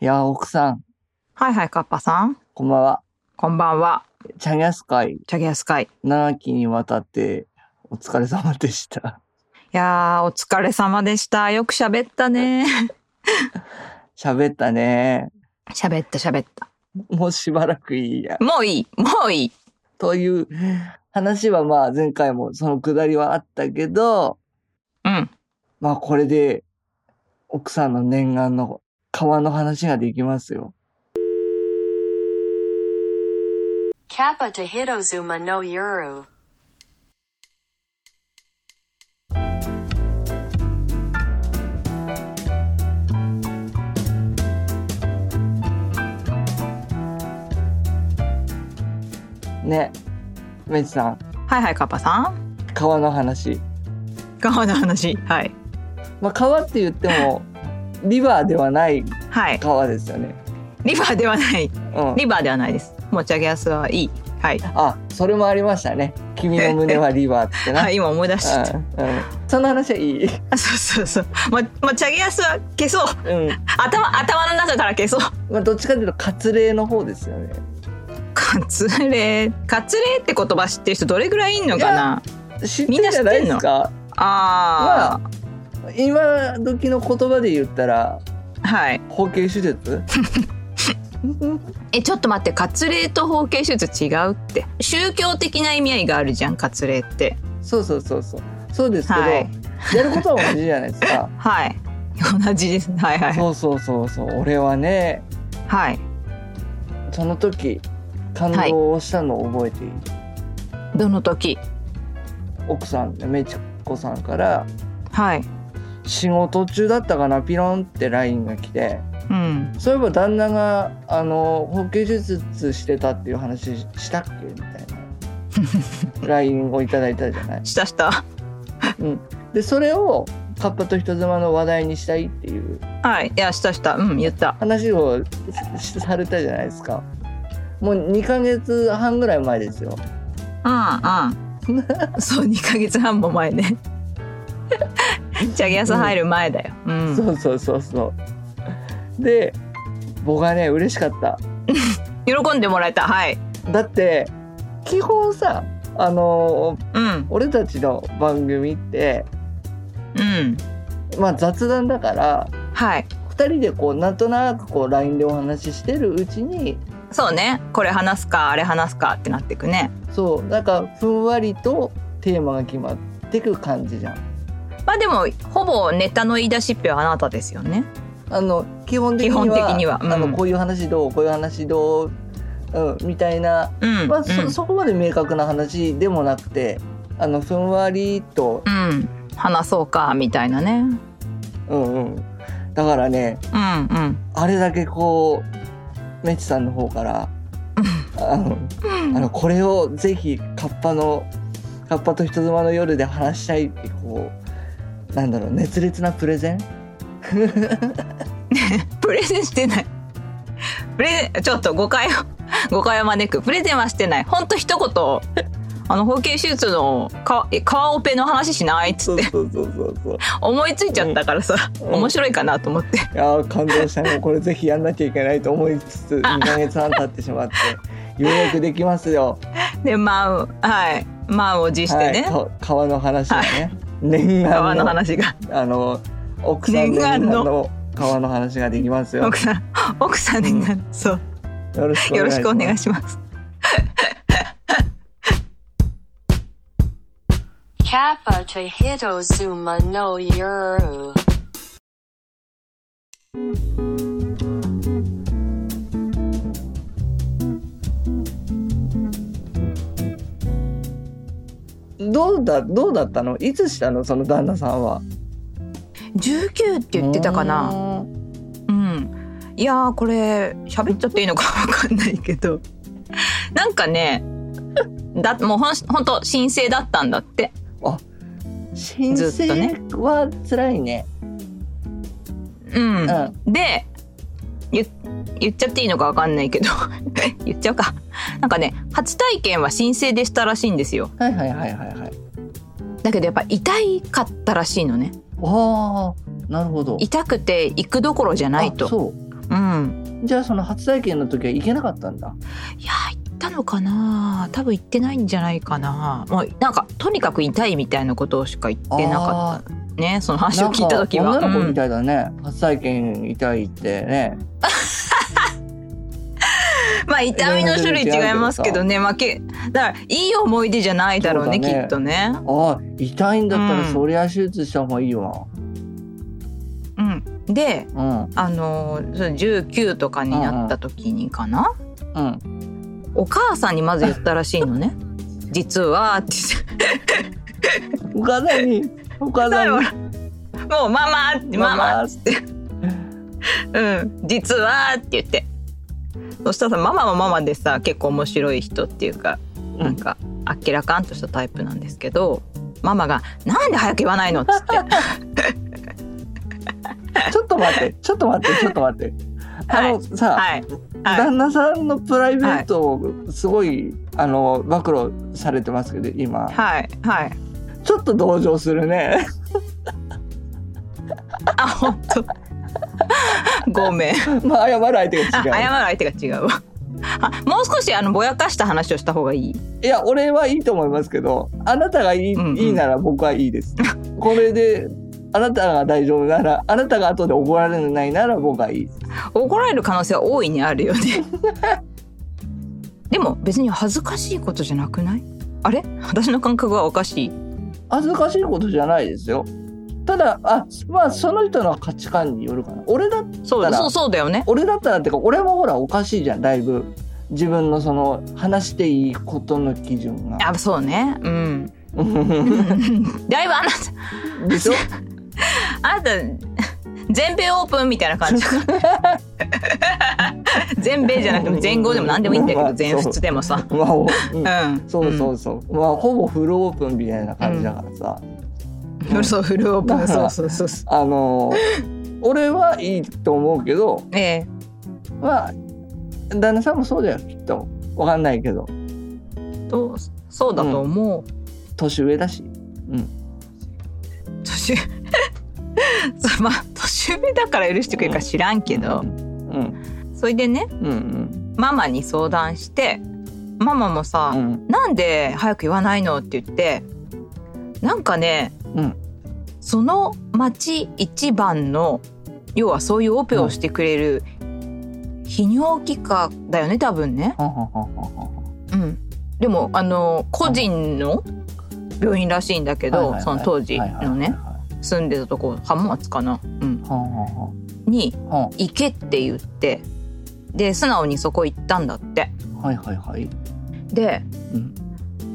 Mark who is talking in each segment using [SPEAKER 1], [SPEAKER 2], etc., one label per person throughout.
[SPEAKER 1] いやー、奥さん、
[SPEAKER 2] はいはい、カッパさん。
[SPEAKER 1] こんばんは。
[SPEAKER 2] こんばんは。
[SPEAKER 1] チャギャス会、
[SPEAKER 2] チャゲアスカイ。い
[SPEAKER 1] 7期にわたって、お疲れ様でした。
[SPEAKER 2] やー、お疲れ様でした。よく喋ったね。
[SPEAKER 1] 喋ったね。
[SPEAKER 2] 喋った喋った。
[SPEAKER 1] もうしばらくいいや。
[SPEAKER 2] もういい、もういい。
[SPEAKER 1] という話はまあ前回もそのくだりはあったけど、
[SPEAKER 2] うん。
[SPEAKER 1] まあこれで奥さんの念願の川の話ができますよ。
[SPEAKER 3] Kappa to Hitozuma no Yuru.
[SPEAKER 1] ね。メイチさん、
[SPEAKER 2] はいはい、カッパさん。
[SPEAKER 1] 川の話。
[SPEAKER 2] 川の話。はい。
[SPEAKER 1] まあ川って言っても、リバーではない
[SPEAKER 2] はい。
[SPEAKER 1] 川ですよね。
[SPEAKER 2] リバーではない。
[SPEAKER 1] うん。
[SPEAKER 2] リバーではないです。もうチャゲアスはいい。はい。
[SPEAKER 1] あ、それもありましたね。君の胸 はリバーってな。
[SPEAKER 2] はい、今思い出しちゃった。
[SPEAKER 1] うんうん、その話はいい。
[SPEAKER 2] あそうそうそう。もう、もうチャゲアスは消そう。
[SPEAKER 1] うん。
[SPEAKER 2] 頭、頭の中から消そう。
[SPEAKER 1] まあ、どっちかというと、割礼の方ですよね。
[SPEAKER 2] カツレー。カツレーって言葉知ってる人どれぐらいいんのかな
[SPEAKER 1] 知って
[SPEAKER 2] みん
[SPEAKER 1] る
[SPEAKER 2] な
[SPEAKER 1] じ
[SPEAKER 2] 知
[SPEAKER 1] ゃ
[SPEAKER 2] っ
[SPEAKER 1] ない
[SPEAKER 2] て
[SPEAKER 1] で
[SPEAKER 2] ん
[SPEAKER 1] す
[SPEAKER 2] の
[SPEAKER 1] か。
[SPEAKER 2] あ
[SPEAKER 1] 今時の言葉で言ったら、
[SPEAKER 2] あ。はい。
[SPEAKER 1] 包茎手術。
[SPEAKER 2] えちょっと待って割礼と包茎手術違うって宗教的な意味合いがあるじゃん割礼って
[SPEAKER 1] そうそうそうそう。そうですけど、
[SPEAKER 2] はい。
[SPEAKER 1] やることは同じじゃないです か
[SPEAKER 2] はい同じですはいはい
[SPEAKER 1] そうそうそうそう、俺はね、
[SPEAKER 2] はい
[SPEAKER 1] その時。感動をしたのを覚えている。
[SPEAKER 2] どの時
[SPEAKER 1] 奥さん、めちこさんから。
[SPEAKER 2] はい
[SPEAKER 1] 仕事中だったかなピロンってラインが来て
[SPEAKER 2] うん
[SPEAKER 1] そういえば旦那があの包茎手術してたっていう話したっけみたいな LINE をいただいたじゃない。
[SPEAKER 2] したした
[SPEAKER 1] でそれをカッパと人妻の話題にしたいっていう
[SPEAKER 2] はいいやしたしたうん言った
[SPEAKER 1] 話をしされたじゃないですか。もう2ヶ月半ぐらい前ですよ。
[SPEAKER 2] うんうん そう2ヶ月半も前ね チャゲアス入る前だようん、
[SPEAKER 1] そうそうそうそう。で僕はね嬉しかった。
[SPEAKER 2] 喜んでもらえたはい
[SPEAKER 1] だって基本さあの
[SPEAKER 2] うん
[SPEAKER 1] 俺たちの番組って、
[SPEAKER 2] うん
[SPEAKER 1] まあ、雑談だから
[SPEAKER 2] はい
[SPEAKER 1] 2人でこうなんとなくこう LINE でお話ししてるうちに
[SPEAKER 2] そうねこれ話すかあれ話すかってなってくね
[SPEAKER 1] そうなんかふんわりとテーマが決まってく感じじゃん。
[SPEAKER 2] まあでもほぼネタの言い出しっぺはあなたですよね
[SPEAKER 1] あの基本的には
[SPEAKER 2] 基本的にはうん
[SPEAKER 1] あのこういう話どうこういう話どう、うん、みたいな、
[SPEAKER 2] うん、
[SPEAKER 1] まあ
[SPEAKER 2] う
[SPEAKER 1] そ
[SPEAKER 2] ん
[SPEAKER 1] そこまで明確な話でもなくてあのふんわりと、
[SPEAKER 2] うん、話そうかみたいなね。
[SPEAKER 1] うんうん、だからね
[SPEAKER 2] うんうん。
[SPEAKER 1] あれだけこうメッチさんの方からあのあのこれをぜひカッパのカッパと人妻の夜で話したいってこうなんだろう熱烈なプレゼン
[SPEAKER 2] プレゼンしてない。 プレゼンちょっと誤解を 誤解を招くプレゼンはしてない。ほんと一言。あの包茎手術のか顔オペの話しないっつって
[SPEAKER 1] うそうそう そう
[SPEAKER 2] 思いついちゃったからさ、
[SPEAKER 1] うん
[SPEAKER 2] 面白いかなと思って
[SPEAKER 1] いやー感動したねこれぜひやんなきゃいけないと思いつ つ2ヶ月半経ってしまってようやくできますよ、
[SPEAKER 2] で満をはい満を持して
[SPEAKER 1] はい、
[SPEAKER 2] ね、
[SPEAKER 1] そう川の話がね、念願の
[SPEAKER 2] 川の話が
[SPEAKER 1] あの奥さん念
[SPEAKER 2] 念願
[SPEAKER 1] 願
[SPEAKER 2] の
[SPEAKER 1] の川の話ができますよ
[SPEAKER 2] 奥さん奥さんになる、そう
[SPEAKER 1] よろしくお
[SPEAKER 2] よ
[SPEAKER 1] 願
[SPEAKER 2] ろ
[SPEAKER 1] いし
[SPEAKER 2] しく
[SPEAKER 1] ま
[SPEAKER 2] お
[SPEAKER 1] す
[SPEAKER 2] 願いします。
[SPEAKER 3] Kappa to Hitozuma no Yuru.
[SPEAKER 1] どうだどうだったのいつしたのその旦那さんは
[SPEAKER 2] 19って言ってたかな。
[SPEAKER 1] な
[SPEAKER 2] うん、いやーこれ喋っちゃっていいのかわかんないけどなんかねだもうほんほんと申請だったんだって
[SPEAKER 1] 申
[SPEAKER 2] ずっとね
[SPEAKER 1] 請は辛いね
[SPEAKER 2] うん、
[SPEAKER 1] うん
[SPEAKER 2] で言言っちゃっていいのかわかんないけど 言っちゃうかなんかね初体験は申請でしたらしいんですよ
[SPEAKER 1] はいはいはいはいはい
[SPEAKER 2] だけどやっぱ痛いかったらしいのね
[SPEAKER 1] ああなるほど
[SPEAKER 2] 痛くて行くどころじゃない
[SPEAKER 1] あ
[SPEAKER 2] と
[SPEAKER 1] そう
[SPEAKER 2] うん
[SPEAKER 1] じゃあその初体験の時は行けなかったんだ。
[SPEAKER 2] いや行ったのかな多分行ってないんじゃないかなもうなんかとにかく痛いみたいなことしか言ってなかったねその話を聞いた時は
[SPEAKER 1] なんか女の子み
[SPEAKER 2] うん
[SPEAKER 1] たいだね。初体験痛いってね。
[SPEAKER 2] まあ痛みの種類違いますけどねまあけだからいい思い出じゃないだろうね
[SPEAKER 1] そうだね
[SPEAKER 2] きっとね
[SPEAKER 1] ああ痛いんだったら
[SPEAKER 2] うん
[SPEAKER 1] そりゃ手術した方がいいよ
[SPEAKER 2] うんで
[SPEAKER 1] な。
[SPEAKER 2] あのーそう19とかになった時にかな、
[SPEAKER 1] うんうん。
[SPEAKER 2] お母さんにまず言ったらしいのね 実はって
[SPEAKER 1] お母さんにお母さんに
[SPEAKER 2] 言ってもうママってママっつってうん実はって言ってそしたらさママはママでさ結構面白い人っていうか
[SPEAKER 1] うん
[SPEAKER 2] なんかあっけらかんとしたタイプなんですけどママが「なんで早く言わないの?」っつって
[SPEAKER 1] ちょっと待ってちょっと待ってちょっと待って。あ
[SPEAKER 2] はい
[SPEAKER 1] のさ、
[SPEAKER 2] はいは
[SPEAKER 1] 旦那さんのプライベートをすごい、あの暴露されてますけど今
[SPEAKER 2] いはいはい
[SPEAKER 1] ちょっと同情するね
[SPEAKER 2] あ本当ごめん
[SPEAKER 1] まあ謝る相手
[SPEAKER 2] あ謝る
[SPEAKER 1] が違う
[SPEAKER 2] 相手が違うわあもう少しあのぼやかした話をした方がいい
[SPEAKER 1] いや俺はいいと思いますけどあなたがいい,、
[SPEAKER 2] うんうん
[SPEAKER 1] いいなら僕はいいです これであなたが大丈夫ならあなたが後で怒られないなら僕はいいです
[SPEAKER 2] 怒られる可能性は大いにあるよねでも別に恥ずかしいことじゃなくないあれ私の感覚はおかしい
[SPEAKER 1] 恥ずかしいことじゃないですよただあまあその人の価値観によるかな俺だ
[SPEAKER 2] そう
[SPEAKER 1] だ
[SPEAKER 2] だ
[SPEAKER 1] から
[SPEAKER 2] そうそうだよね
[SPEAKER 1] 俺だったらってか俺もほらおかしいじゃんだいぶ自分のその話していいことの基準が
[SPEAKER 2] あそうねうん だいぶあな
[SPEAKER 1] でしょ
[SPEAKER 2] たあなた全米オープンみたいな 感じ全米じゃなくても全豪でも何でもいいんだけ
[SPEAKER 1] まあそう
[SPEAKER 2] ど全仏でもさ
[SPEAKER 1] まあ、おうん
[SPEAKER 2] うん
[SPEAKER 1] そうそううそう、まあほぼフルオープンみたいな感じだからさ、
[SPEAKER 2] んそうフルオープン
[SPEAKER 1] だか
[SPEAKER 2] そう
[SPEAKER 1] ら
[SPEAKER 2] そうそうそ
[SPEAKER 1] あのー俺はいいと思うけど
[SPEAKER 2] うええ
[SPEAKER 1] まあ旦那さんもそうだよきっとわかんないけど
[SPEAKER 2] とそうだと思う、
[SPEAKER 1] 年上だし
[SPEAKER 2] 年 そうまあ年上だから許してくれるか知らんけど
[SPEAKER 1] う、ん
[SPEAKER 2] それでね
[SPEAKER 1] うんうん
[SPEAKER 2] ママに相談してママもさ、
[SPEAKER 1] うん
[SPEAKER 2] なんで早く言わないの?」って言ってなんかね、
[SPEAKER 1] うん
[SPEAKER 2] その町一番の要はそういうオペをしてくれる泌尿器科だよね多分ね。
[SPEAKER 1] はんはんはんはんはん
[SPEAKER 2] うん、でもあの個人の病院らしいんだけど、
[SPEAKER 1] はいはいはい
[SPEAKER 2] その当時
[SPEAKER 1] はいはい
[SPEAKER 2] のね、
[SPEAKER 1] はいはい
[SPEAKER 2] 住んでたとこ浜松かな、うん、
[SPEAKER 1] はんはんはん
[SPEAKER 2] に
[SPEAKER 1] は
[SPEAKER 2] 行けって言ってで素直にそこ行ったんだって
[SPEAKER 1] んはいはいはい
[SPEAKER 2] で
[SPEAKER 1] うん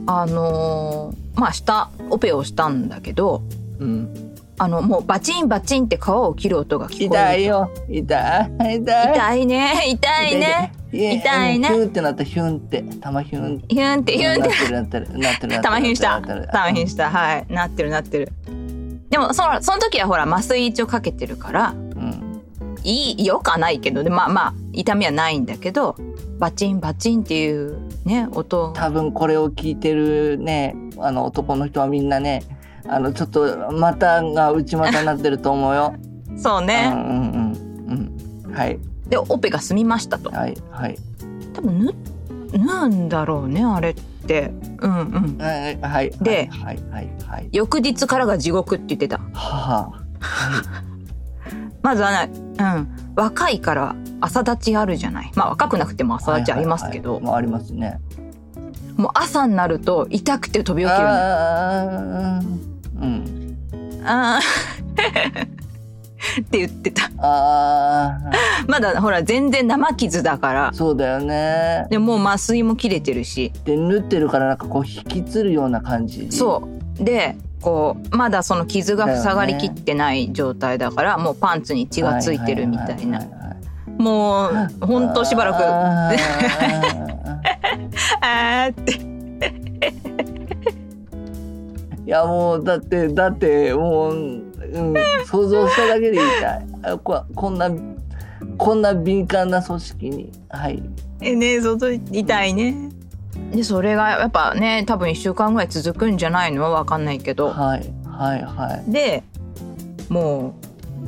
[SPEAKER 2] あのーまあしたオペをしたんだけど
[SPEAKER 1] うん
[SPEAKER 2] あのもうバチンバチンって皮を切る音が聞こ
[SPEAKER 1] 痛
[SPEAKER 2] える
[SPEAKER 1] いよ痛い痛い
[SPEAKER 2] 痛いね痛いね痛いね
[SPEAKER 1] ヒュンってなったヒュンって玉ヒュン
[SPEAKER 2] ヒュンってヒュンっ
[SPEAKER 1] な
[SPEAKER 2] て
[SPEAKER 1] ってるなってるなってる
[SPEAKER 2] 玉ヒュンしたダメに
[SPEAKER 1] し
[SPEAKER 2] したはいなってるなってるでもそのその時はほら麻酔一応かけてるから
[SPEAKER 1] たうん
[SPEAKER 2] いいよくはないけどでまあまあ痛みはないんだけどバチンバチンっていうね音
[SPEAKER 1] 多分これを聞いてるねあの男の人はみんなねあのちょっと股が内股になってると思うよ
[SPEAKER 2] そう
[SPEAKER 1] うん
[SPEAKER 2] ね、
[SPEAKER 1] うんうんうんはい
[SPEAKER 2] でオペが済みましたと
[SPEAKER 1] はいはい
[SPEAKER 2] 多分ぬ縫うんだろうねあれってうんうん
[SPEAKER 1] はいはい
[SPEAKER 2] で
[SPEAKER 1] はいはいはい
[SPEAKER 2] 翌日からが地獄って言ってた
[SPEAKER 1] はあ
[SPEAKER 2] まずはねうん若いから朝立ちあるじゃないまあ若くなくても朝立ちありますけど、
[SPEAKER 1] はいはいはいまあありますね
[SPEAKER 2] もう朝になると痛くて飛び起きるの
[SPEAKER 1] あーうん
[SPEAKER 2] あー って言ってた
[SPEAKER 1] あ
[SPEAKER 2] まだほら全然生傷だから
[SPEAKER 1] ーそうだよね
[SPEAKER 2] でもう麻酔も切れてるし
[SPEAKER 1] で縫ってるからなんかこう引きつるような感じ
[SPEAKER 2] そうでこうまだその傷が塞がりきってない状態だからもうパンツに血がついてるみたいなもうほんとしばらく
[SPEAKER 1] く
[SPEAKER 2] 「あー」って
[SPEAKER 1] いやもうだってだってもう、うん、想像しただけで痛いあここんなこんな敏感な組織にはい
[SPEAKER 2] えね外痛いね。でそれがやっぱね多分1週間ぐらい続くんじゃないのは分かんないけど
[SPEAKER 1] はいはいはい
[SPEAKER 2] でも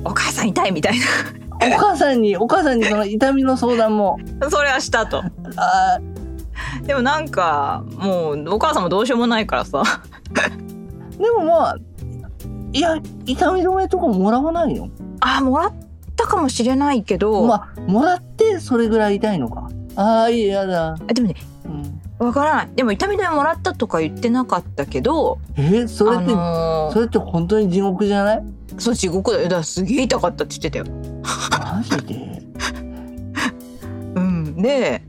[SPEAKER 2] う「お母さん痛い」みたいな
[SPEAKER 1] お母さんに、お母さんにその痛みの相談も、
[SPEAKER 2] それはしたと。
[SPEAKER 1] あ
[SPEAKER 2] でもなんか、もう、お母さんもどうしようもないからさ。
[SPEAKER 1] ーでもまあ、いや、痛み止めとかもらわないよ。
[SPEAKER 2] あー、もらったかもしれないけど、
[SPEAKER 1] まあ、もらってそれぐらい痛いのか。ああ、いやだ。
[SPEAKER 2] あ、でもね、
[SPEAKER 1] うん、
[SPEAKER 2] わからない。でも痛み止めもらったとか言ってなかったけど、
[SPEAKER 1] え、それって、
[SPEAKER 2] あのー
[SPEAKER 1] それって本当に地獄じゃない
[SPEAKER 2] そう地獄だよ。だからすげえ痛かったって言ってたよ。
[SPEAKER 1] マジで
[SPEAKER 2] うん。で、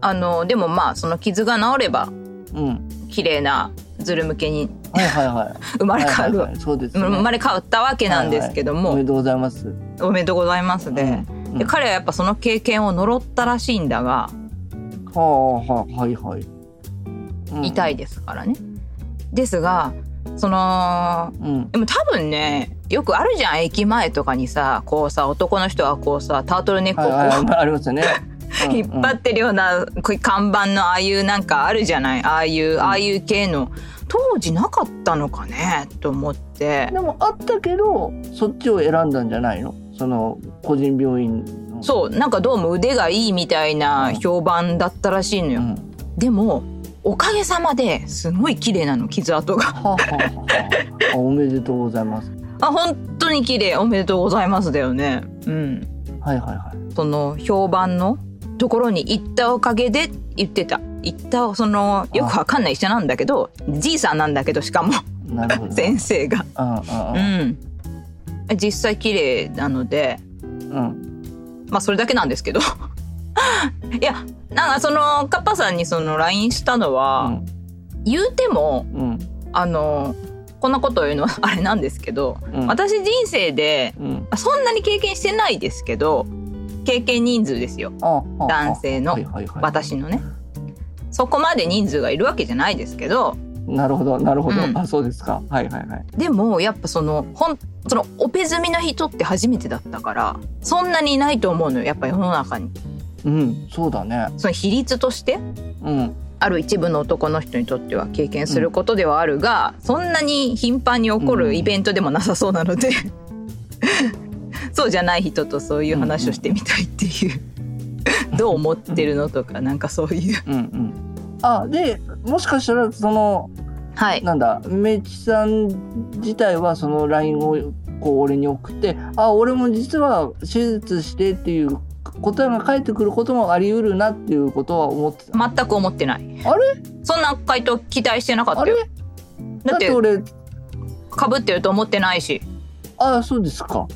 [SPEAKER 2] あのでもまあ、その傷が治れば、
[SPEAKER 1] うん。
[SPEAKER 2] 綺麗なズル向けに
[SPEAKER 1] はいはいはい。
[SPEAKER 2] 生まれ変わる。
[SPEAKER 1] はいはいはいそうです、ね。
[SPEAKER 2] 生まれ変わったわけなんですけども、
[SPEAKER 1] おめでとうございます。
[SPEAKER 2] おめでとうございますで,、
[SPEAKER 1] うん
[SPEAKER 2] で彼はやっぱその経験を呪ったらしいんだが、
[SPEAKER 1] はあはあはいはい。うん
[SPEAKER 2] 痛い。ですからねですがその
[SPEAKER 1] うん。
[SPEAKER 2] でも多分ねよくあるじゃん駅前とかにさこうさ男の人がこうさタートルネックを
[SPEAKER 1] はい
[SPEAKER 2] こ
[SPEAKER 1] は
[SPEAKER 2] う、
[SPEAKER 1] いはいあり ますよね。うん
[SPEAKER 2] 引っ張ってるようなこう看板のああいうなんかあるじゃないああいうああいう系の当時なかったのかねと思って
[SPEAKER 1] でもあったけどそっちを選んだんじゃないのその個人病院の
[SPEAKER 2] そうなんかどうも腕がいいみたいな評判だったらしいのよ、
[SPEAKER 1] ん、は
[SPEAKER 2] でもおかげさまですごい綺麗なの傷跡が
[SPEAKER 1] あはあはああおめでとうございます
[SPEAKER 2] あ本当に綺麗おめでとうございますだよねうん
[SPEAKER 1] はいはいはい
[SPEAKER 2] その評判のところに行ったおかげで言ってた行ったそのよくわかんない医者なんだけどじいさんなんだけどしかも
[SPEAKER 1] なるほど
[SPEAKER 2] 先生がう
[SPEAKER 1] うん
[SPEAKER 2] 実際綺麗なので
[SPEAKER 1] んうんうん
[SPEAKER 2] まあそれだけなんですけど いやなんかそのカッパさんにその LINE したのは、言うても
[SPEAKER 1] うん
[SPEAKER 2] あのこんなこと言うのはあれなんですけど、
[SPEAKER 1] うん
[SPEAKER 2] 私人生で
[SPEAKER 1] うん
[SPEAKER 2] あそんなに経験してないですけど経験人数ですよ
[SPEAKER 1] あああ
[SPEAKER 2] 男性の
[SPEAKER 1] はいはいはい
[SPEAKER 2] 私のねそこまで人数がいるわけじゃないですけど
[SPEAKER 1] なるほどなるほど、
[SPEAKER 2] うん
[SPEAKER 1] あそうですかはいはいはい
[SPEAKER 2] でもやっぱそのほんそのオペ済みの人って初めてだったからそんなにいないと思うのよやっぱ世の中に
[SPEAKER 1] うんそうだね
[SPEAKER 2] その比率として
[SPEAKER 1] うん
[SPEAKER 2] ある一部の男の人にとっては経験することではあるが、そんなに頻繁に起こるイベントでもなさそうなの で、そうじゃない人とそういう話をしてみたいっていう、どう思ってるのとかなんかそういう
[SPEAKER 1] うんうんあでもしかしたらその
[SPEAKER 2] はい
[SPEAKER 1] なんだメイチさん自体はその LINE をこう俺に送って「あ俺も実は手術して」っていう答えが返ってくることもあり得るなっていうことは思ってた。
[SPEAKER 2] 全く思ってない
[SPEAKER 1] あれ
[SPEAKER 2] そんな回答期待してなかっ
[SPEAKER 1] あ
[SPEAKER 2] た
[SPEAKER 1] れ
[SPEAKER 2] よだ
[SPEAKER 1] だ
[SPEAKER 2] っ
[SPEAKER 1] ってて俺
[SPEAKER 2] かぶってると思ってないし
[SPEAKER 1] あそうですか。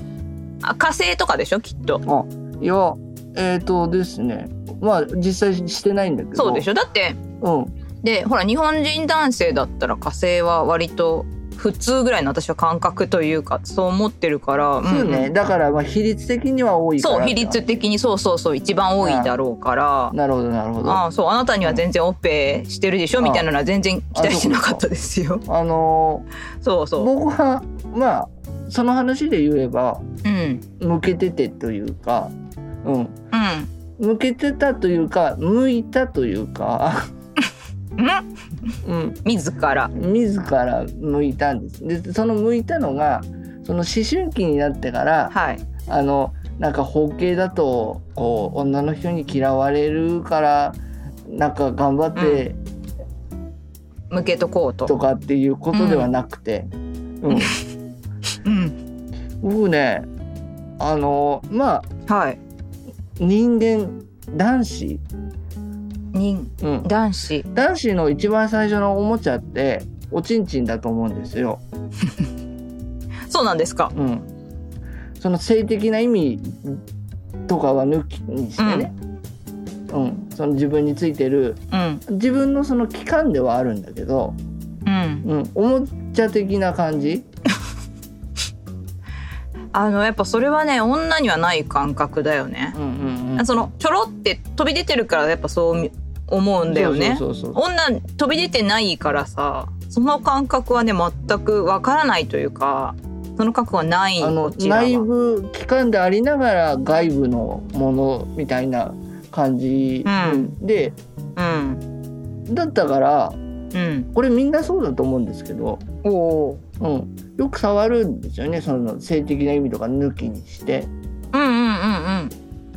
[SPEAKER 2] あ火星とかでしょきっと
[SPEAKER 1] あいやえっ、ー、とですねまあ実際してないんだけど
[SPEAKER 2] そうでし
[SPEAKER 1] ょ。
[SPEAKER 2] ょだって
[SPEAKER 1] うん
[SPEAKER 2] でほら日本人男性だったら火星は割と普通ぐらいの私は感覚というかそう思ってるから、うん
[SPEAKER 1] そうね、だからまあ比率的には多いから
[SPEAKER 2] そう比率的にそうそうそう一番多いだろうから
[SPEAKER 1] なるほどなるほど。
[SPEAKER 2] ああそうあなたには全然オペしてるでしょ
[SPEAKER 1] うん
[SPEAKER 2] みたいなのは全然期待してなかったですよ。
[SPEAKER 1] あの
[SPEAKER 2] そう
[SPEAKER 1] ー
[SPEAKER 2] そ
[SPEAKER 1] 僕はまあその話で言えば
[SPEAKER 2] う。うん
[SPEAKER 1] 向けててというか、うん、
[SPEAKER 2] うん
[SPEAKER 1] 向けてたというか向いたというか、
[SPEAKER 2] ん
[SPEAKER 1] うん、
[SPEAKER 2] 自ら。
[SPEAKER 1] 自ら向いたんです。でその向いたのがその思春期になってから
[SPEAKER 2] はい。
[SPEAKER 1] あのなんか包茎だとこう女の人に嫌われるからなんか頑張って
[SPEAKER 2] 向けとこう
[SPEAKER 1] と
[SPEAKER 2] と。
[SPEAKER 1] かっていうことではなくて、うん
[SPEAKER 2] うん。
[SPEAKER 1] 僕ねあのまあ
[SPEAKER 2] はい。
[SPEAKER 1] 人間男子、
[SPEAKER 2] 人
[SPEAKER 1] うん、
[SPEAKER 2] 男子。
[SPEAKER 1] 男子の一番最初のおもちゃっておちんちんだと思うんですよ。
[SPEAKER 2] そうなんですか。
[SPEAKER 1] うん、その性的な意味とかは抜きにしてね、うんその自分についてる
[SPEAKER 2] うん
[SPEAKER 1] 自分のその期間ではあるんだけど、
[SPEAKER 2] うん。
[SPEAKER 1] うん、おもちゃ的な感じ
[SPEAKER 2] あのやっぱそれはね女にはない感覚だよね。
[SPEAKER 1] うんうんうん
[SPEAKER 2] そのちょろって飛び出てるからやっぱそうみ思うんだよね。
[SPEAKER 1] そうそうそうそう
[SPEAKER 2] 女飛び出てないからさその感覚はね全くわからないというかその感覚はない
[SPEAKER 1] あ
[SPEAKER 2] こ
[SPEAKER 1] の
[SPEAKER 2] ちらは
[SPEAKER 1] 内部期間でありながら外部のものみたいな感じ
[SPEAKER 2] うん
[SPEAKER 1] で、
[SPEAKER 2] うん
[SPEAKER 1] だったから
[SPEAKER 2] うん
[SPEAKER 1] これみんなそうだと思うんですけど、
[SPEAKER 2] おお
[SPEAKER 1] うん、よく触るんですよねその性的な意味とか抜きにして。
[SPEAKER 2] ーうんうんうんうん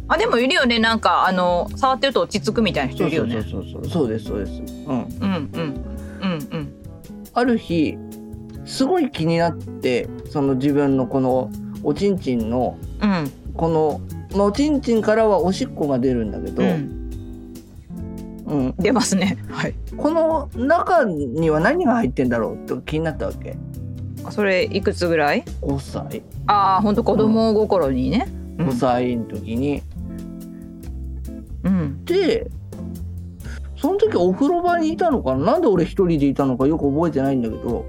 [SPEAKER 2] あでもいるよねなんかあの触ってると落ち着くみたいな人
[SPEAKER 1] そう
[SPEAKER 2] いるよ
[SPEAKER 1] そう
[SPEAKER 2] ね
[SPEAKER 1] そううそうそうですそうですうん
[SPEAKER 2] んうんうんうん
[SPEAKER 1] ある日すごい気になってその自分のこのおちんちんの
[SPEAKER 2] うん
[SPEAKER 1] この、まあ、おちんちんからはおしっこが出るんだけど、
[SPEAKER 2] うん
[SPEAKER 1] うん
[SPEAKER 2] 出ますねはい
[SPEAKER 1] この中には何が入ってんだろうって気になったわけ
[SPEAKER 2] それいくつぐらい
[SPEAKER 1] 5歳
[SPEAKER 2] ああ本当子供心にねうん
[SPEAKER 1] 5歳の時に、
[SPEAKER 2] うん
[SPEAKER 1] でその時お風呂場にいたのかななんで俺一人でいたのかよく覚えてないんだけど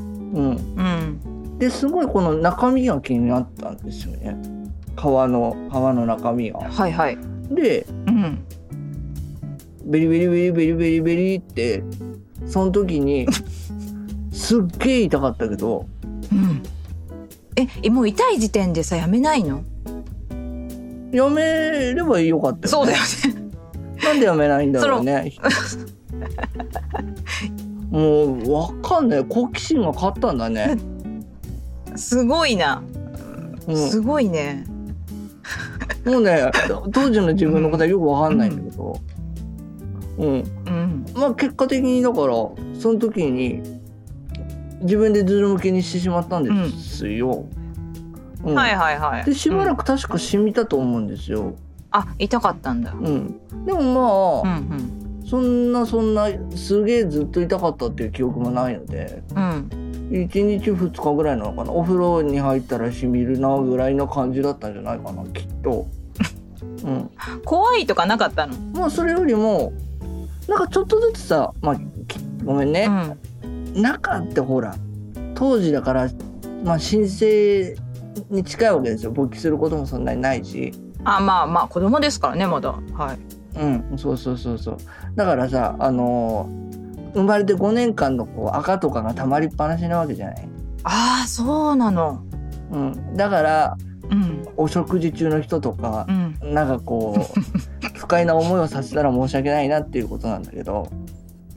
[SPEAKER 1] うん
[SPEAKER 2] うん
[SPEAKER 1] ですごいこの中身が気になったんですよね皮の皮の中身が
[SPEAKER 2] はいはい
[SPEAKER 1] で
[SPEAKER 2] うん
[SPEAKER 1] ベリベリベリベリベリベリってその時 にすっげえ痛かったけど
[SPEAKER 2] うんええもう痛い時点でさやめないの
[SPEAKER 1] やめればよかったよ、
[SPEAKER 2] そうだ
[SPEAKER 1] ね
[SPEAKER 2] よ、ね
[SPEAKER 1] なんでやめないんだろうね もうわかんない好奇心が勝ったんだ ね、
[SPEAKER 2] すごいな
[SPEAKER 1] うん、
[SPEAKER 2] すごいね
[SPEAKER 1] もうね、当時の自分のことはよくわかんないんだけど。うん。
[SPEAKER 2] うん
[SPEAKER 1] まあ結果的にだから、その時に、自分でズル向けにしてしまったんですよ。うん
[SPEAKER 2] はいはいはい
[SPEAKER 1] で、しばら
[SPEAKER 2] く
[SPEAKER 1] く確か染みたと思うんですよ。
[SPEAKER 2] あ痛かったんだ
[SPEAKER 1] うん。でも
[SPEAKER 2] う
[SPEAKER 1] ま
[SPEAKER 2] ん
[SPEAKER 1] あ、そんなそんな、すげえずっと痛かったっていう記憶もないので、
[SPEAKER 2] うんうん
[SPEAKER 1] 1日2日ぐらいなのかな。お風呂に入ったら染みるなぐらいの感じだったんじゃないかな、きっと。うん。
[SPEAKER 2] 怖いとかなかったの
[SPEAKER 1] もうそれよりもなんかちょっとずつさ、まあ、きごめんね、
[SPEAKER 2] うん
[SPEAKER 1] 中ってほら当時だから、まあ、申請に近いわけですよ勃起することもそんなにないし、
[SPEAKER 2] あまあまあ子供ですからねまだはい
[SPEAKER 1] うん、そうそうそうそうだからさ、あのー生まれて5年間のこう赤とかがたまりっぱなしなわけじゃない、
[SPEAKER 2] ああそうなの
[SPEAKER 1] うん、だから
[SPEAKER 2] うん
[SPEAKER 1] お食事中の人とか
[SPEAKER 2] う、ん
[SPEAKER 1] なんかこ う不快な思いをさせたら申し訳ないなっていうことなんだけど